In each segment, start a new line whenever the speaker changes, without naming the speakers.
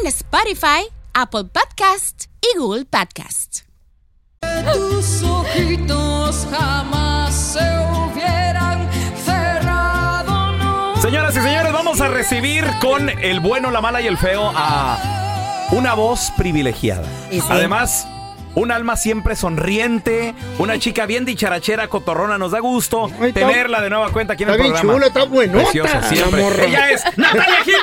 en Spotify, Apple Podcast y Google Podcast.
Tus ojitos jamás se hubieran cerrado, no.
Señoras y señores, vamos a recibir con el bueno, la mala y el feo a una voz privilegiada.
Y sí.
Además, un alma siempre sonriente, una chica bien dicharachera, cotorrona, nos da gusto
Ay, está-
tenerla de nueva cuenta aquí en el
Está bien
programa.
chula, está buenota.
Preciosa siempre.
La morra.
Ella es Natalia Jiménez.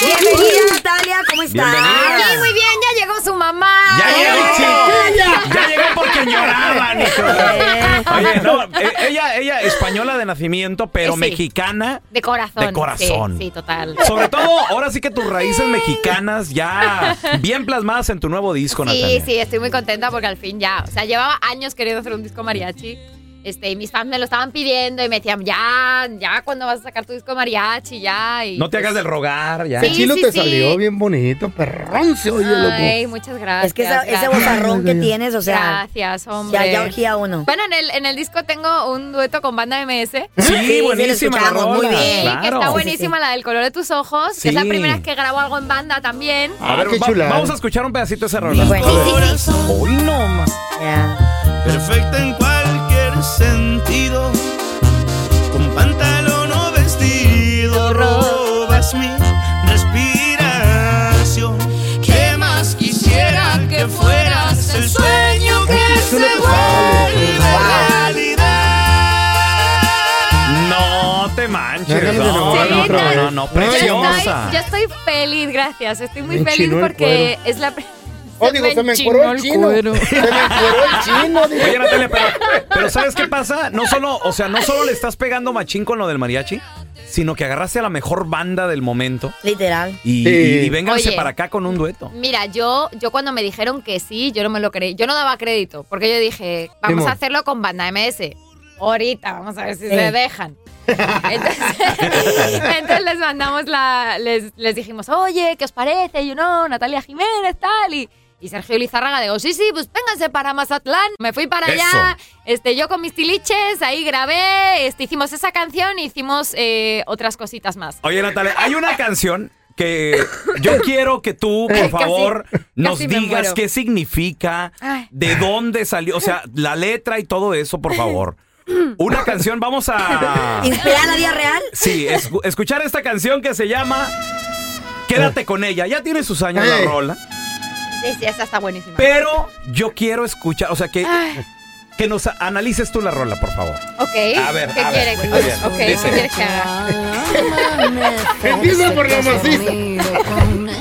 Bienvenida, Natalia, ¿cómo estás?
Bienvenida.
Sí, muy bien, ya llegó su mamá.
Ah. Ya llegó,
chiquilla.
Ya llegó porque lloraban. hijo de- Oye, no, eh, ella, ella española de nacimiento, pero
Sí.
mexicana.
De corazón.
De corazón.
Sí, sí, total.
Sobre todo, ahora sí que tus raíces mexicanas ya bien plasmadas en tu nuevo disco,
Sí,
Natalia.
sí, estoy muy contenta porque al fin ya, o sea, llevaba años queriendo hacer un disco mariachi. Este, y mis fans me lo estaban pidiendo y me decían, ya, ya, ¿cuándo vas a sacar tu disco mariachi? Ya. Y
No te hagas del rogar, ya.
Sí,
El chilo
sí,
te
sí.
salió bien bonito, perrón se oye,
Ay,
loco.
muchas gracias.
Es que esa- ese
gracias.
bozarrón que tienes, o sea,
Gracias, hombre.
ya, ya urgía uno.
Bueno, en el, en el disco tengo un dueto con banda MS.
Sí,
Sí, sí, lo
buenísima la
escuchamos, muy
rola,
bien.
Sí, que
claro.
está
bueno.
buenísima la del color de tus ojos. Que es la
Sí.
primera vez que grabo algo en banda también.
A ver,
Ah, qué
va-
chulada.
vamos a escuchar un pedacito de ese rola.
Bueno, sí, sí, sí.
Hoy no más.
Ya.
perfecta en cualquier sentido. Con pantalón o vestido robas mi respiración. ¿Qué más quisiera que fueras el sueño que se vuelve realidad?
No te manches.
Déjame
No,
de
no,
enamorar
no,
otra
no,
vez.
no, no,
No,
Yo estoy,
preciosa.
yo estoy feliz, gracias. Estoy muy
Me
feliz
enchinó el
porque es la. pri-
Oh, digo, se me
enchinó
encueró el chino. Se me encueró el chino, digo.
Oye, Natalia, pero, pero ¿sabes qué pasa? No solo, o sea, no solo le estás pegando machín con lo del mariachi, sino que agarraste a la mejor banda del momento
Literal.
y,
Sí.
y- y vénganse
Oye.
para acá con un dueto.
Mira, yo, yo cuando me dijeron que sí, yo no me lo creí. Yo no daba crédito porque yo dije, vamos
Simón.
a hacerlo con banda MS. Ahorita, vamos a ver si
Sí.
se dejan. Entonces, entonces les mandamos la. Les, les dijimos, oye, ¿qué os parece? Y yo no, Natalia Jiménez, tal. Y, y Sergio Lizárraga digo, sí, sí, pues vénganse para Mazatlán. Me fui para allá. Este, yo con mis tiliches, ahí grabé. Este, hicimos esa canción y hicimos eh, otras cositas más.
Oye, Natalia, hay una canción que yo quiero que tú, por
Casi,
favor, nos
casi me
digas
muero.
qué significa,
Ay.
de dónde salió, o sea, la letra y todo eso, por favor. Una canción, vamos a...
¿Inspirada en la vida real?
Sí, escu- escuchar esta canción que se llama Quédate con ella. Ya tiene sus años la
Ey.
rola.
Sí, sí, esa está buenísima.
Pero yo quiero escuchar, o sea, que, que nos analices tú la rola, por favor.
Ok.
A ver,
¿Qué
a ver,
quiere?
muy bien.
Ok, ¿qué
Dice.
quieres que haga?
Empieza por la maciza.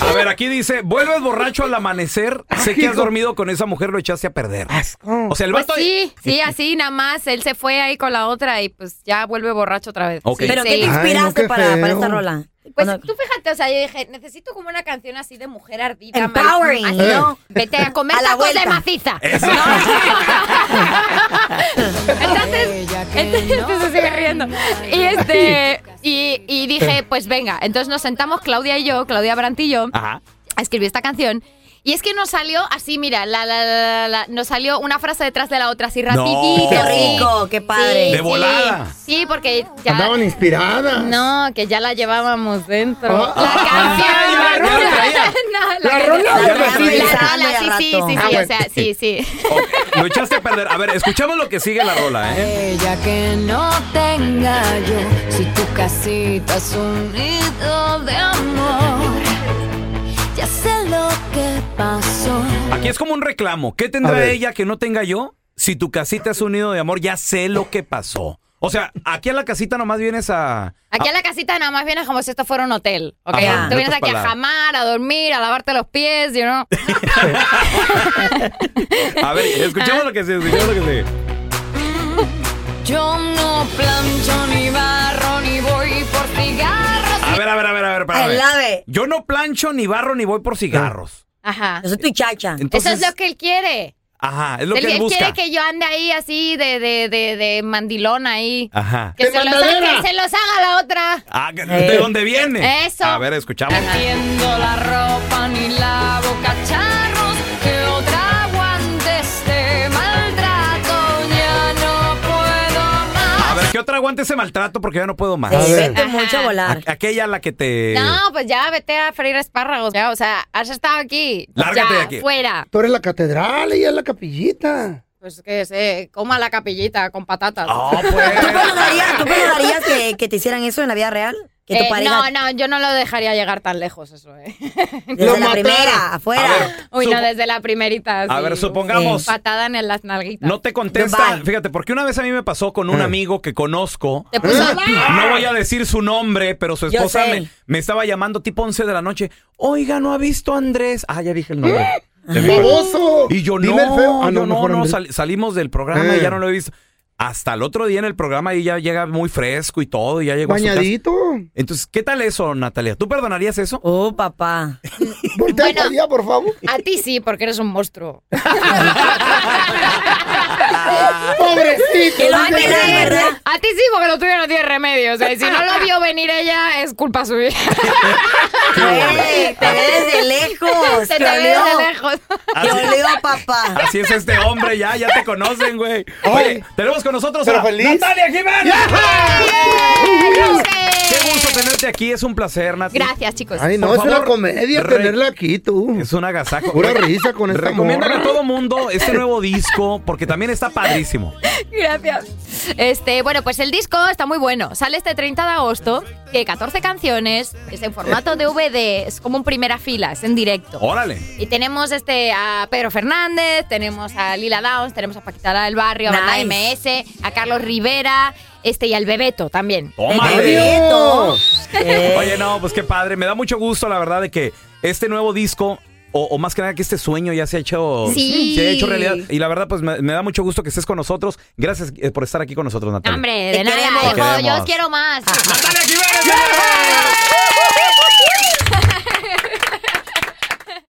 A ver, aquí dice, vuelves borracho al amanecer, sé que has dormido con esa mujer, lo echaste a perder. O sea, el
Pues
vato...
sí, sí, así nada más. Él se fue ahí con la otra y pues ya vuelve borracho otra vez.
Ok.
Sí,
¿Pero
sí.
qué te
no,
inspiraste
qué
para, para
feo.
esta rola?
Pues
Cuando-
tú fíjate, o sea, yo dije, necesito como una canción así de mujer ardida.
Empowering,
así,
¿no?
Vete a comer
A la
tacos de
vuelta.
maciza.
Eso.
entonces, entonces se sigue riendo. Y este, y, y dije, pues venga. Entonces nos sentamos Claudia y yo, Claudia Brantillo.
Ajá.
escribí esta canción Y es que nos salió así, mira, la, la, la, la, la, nos salió una frase detrás de la otra, así rapidito.
Qué
así.
rico, qué padre.
De volada.
Sí, porque ya...
Andaban inspiradas.
No, que ya la llevábamos dentro.
Ah,
la
ah,
canción,
ah,
la
ya la
rola.
traía.
No,
La
que-
rola,
la
ya
rola,
la traía.
la rola, sí, sí, sí,
Ah,
sí, o
bueno.
sea, sí, sí.
Oh, lo echaste a perder. A ver, escuchamos lo que sigue la rola, ¿eh?
Ella que no tenga yo, si tu casita es un nido de amor. Ya sé lo que pasó.
Aquí es como un reclamo. ¿Qué tendrá
ver.
ella que no tenga yo? Si tu casita es un nido de amor, ya sé lo que pasó. O sea, aquí a la casita nomás vienes a...
Ah.
Aquí a la casita nada más vienes como si esto fuera un hotel. ¿ok?
Ajá,
Tú vienes
en otras
aquí a
palabras.
jamar, a dormir, a lavarte los pies, you know.
A ver, escuchemos lo que sigue, escuchemos lo que sigue.
Yo no plancho ni barro ni voy por cigarros.
A ver, a ver, a ver, a ver, espérame.
I love it.
Yo no plancho ni barro ni voy por
Eh.
cigarros.
Ajá.
Eso es tu chacha.
Entonces,
Eso es lo que él quiere.
Ajá, es lo
él
que él
él
busca.
quiere que yo ande ahí así de, de, de, de mandilón ahí.
Ah.
Ajá.
Que
¡De
se, los
mandadera!
haga, que se los haga la otra.
Ah, ¿De dónde viene?
Eso.
A ver, escuchamos.
Tiendo la ropa ni lavo cacharros. Que otra aguante este maltrato. Ya no puedo más.
A ver, ¿qué otra aguante ese maltrato? Porque ya no puedo más.
A
Sí,
ver.
vete mucho a volar.
Aqu- aquella la que te...
No, pues ya vete a freír espárragos. Ya, o sea, has estado aquí.
Lárgate
ya,
de aquí.
fuera.
Tú eres la catedral, ella es la capillita.
Pues que se coma la capillita con patatas.
Oh,
¿Tú
pues.
perdonarías, tú perdonarías que, que te hicieran eso en la vida real? Que tu
Eh,
pareja
no, no, yo no lo dejaría llegar tan lejos eso, eh.
desde
Lo
la
matara.
primera, afuera.
A ver,
Uy,
supo-
no, desde la primerita.
A
sí.
ver, supongamos-
Patada en las nalguitas.
No te contesta.
Goodbye.
Fíjate, porque una vez a mí me pasó con un
Mm.
amigo que conozco.
Te puso a-
No voy a decir su nombre, pero su
Yo
esposa
sé.
me, me estaba llamando tipo 11 de la noche. Oiga, ¿no ha visto a Andrés? Ah, ya dije el nombre.
¡Baboso!
Y yo no,
Dime el feo. Ah,
yo no,
mejor
no,
Andrés.
sal- salimos del programa
Eh.
y ya no lo he visto. Hasta el otro día en el programa y ya llega muy fresco y todo, y ya llegó a su casa.
Bañadito.
Entonces, ¿qué tal eso, Natalia? ¿Tú perdonarías eso?
Oh, papá.
Voltea para allá, por favor.
A ti sí, porque eres un monstruo.
Que
Pobrecito.
lo
A ti,
mate,
sí,
la verdad.
a ti sí, porque lo tuyo no tiene remedio. O sea, y si no lo vio venir ella, es culpa suya.
Ey, Te ve desde
Pues
lejos.
Se te
que
ve
olió.
desde lejos.
Que olió, papá.
Así es este hombre, ya, ya te conocen, güey.
Ay.
Oye, tenemos con nosotros
Pero
a
feliz.
Natalia Jiménez. Qué
¡Qué
gusto tenerte aquí, es un placer, Nat.
Gracias, chicos.
Ay, no,
Por
es una
favor,
comedia
re-
tenerla aquí, tú.
Es un agasajo.
Pura risa con esta
Recomiéndale a
morra.
todo mundo este nuevo disco porque también está padrísimo.
Gracias. Este, bueno, pues el disco está muy bueno. Sale este 30 de agosto, tiene 14 canciones, es en formato DVD, es como en primera fila, es en directo.
Órale.
Y tenemos este a Pedro Fernández, tenemos a Lila Downs, tenemos a Paquita del Barrio, a Banda
Nice.
MS, a Carlos Rivera, este y al Bebeto también.
Oh. Tómale.
Bebito. Eh,
Oye, no, pues qué padre. Me da mucho gusto, la verdad, de que este nuevo disco. O, o más que nada que este sueño ya se ha hecho
Sí.
se ha hecho realidad y la verdad pues me, me da mucho gusto que estés con nosotros gracias eh, por estar aquí con nosotros Natalia
Hombre,
Te
de nada,
queremos. Ah,
hijo,
Te queremos.
yo os quiero más.
Natalia Jiménez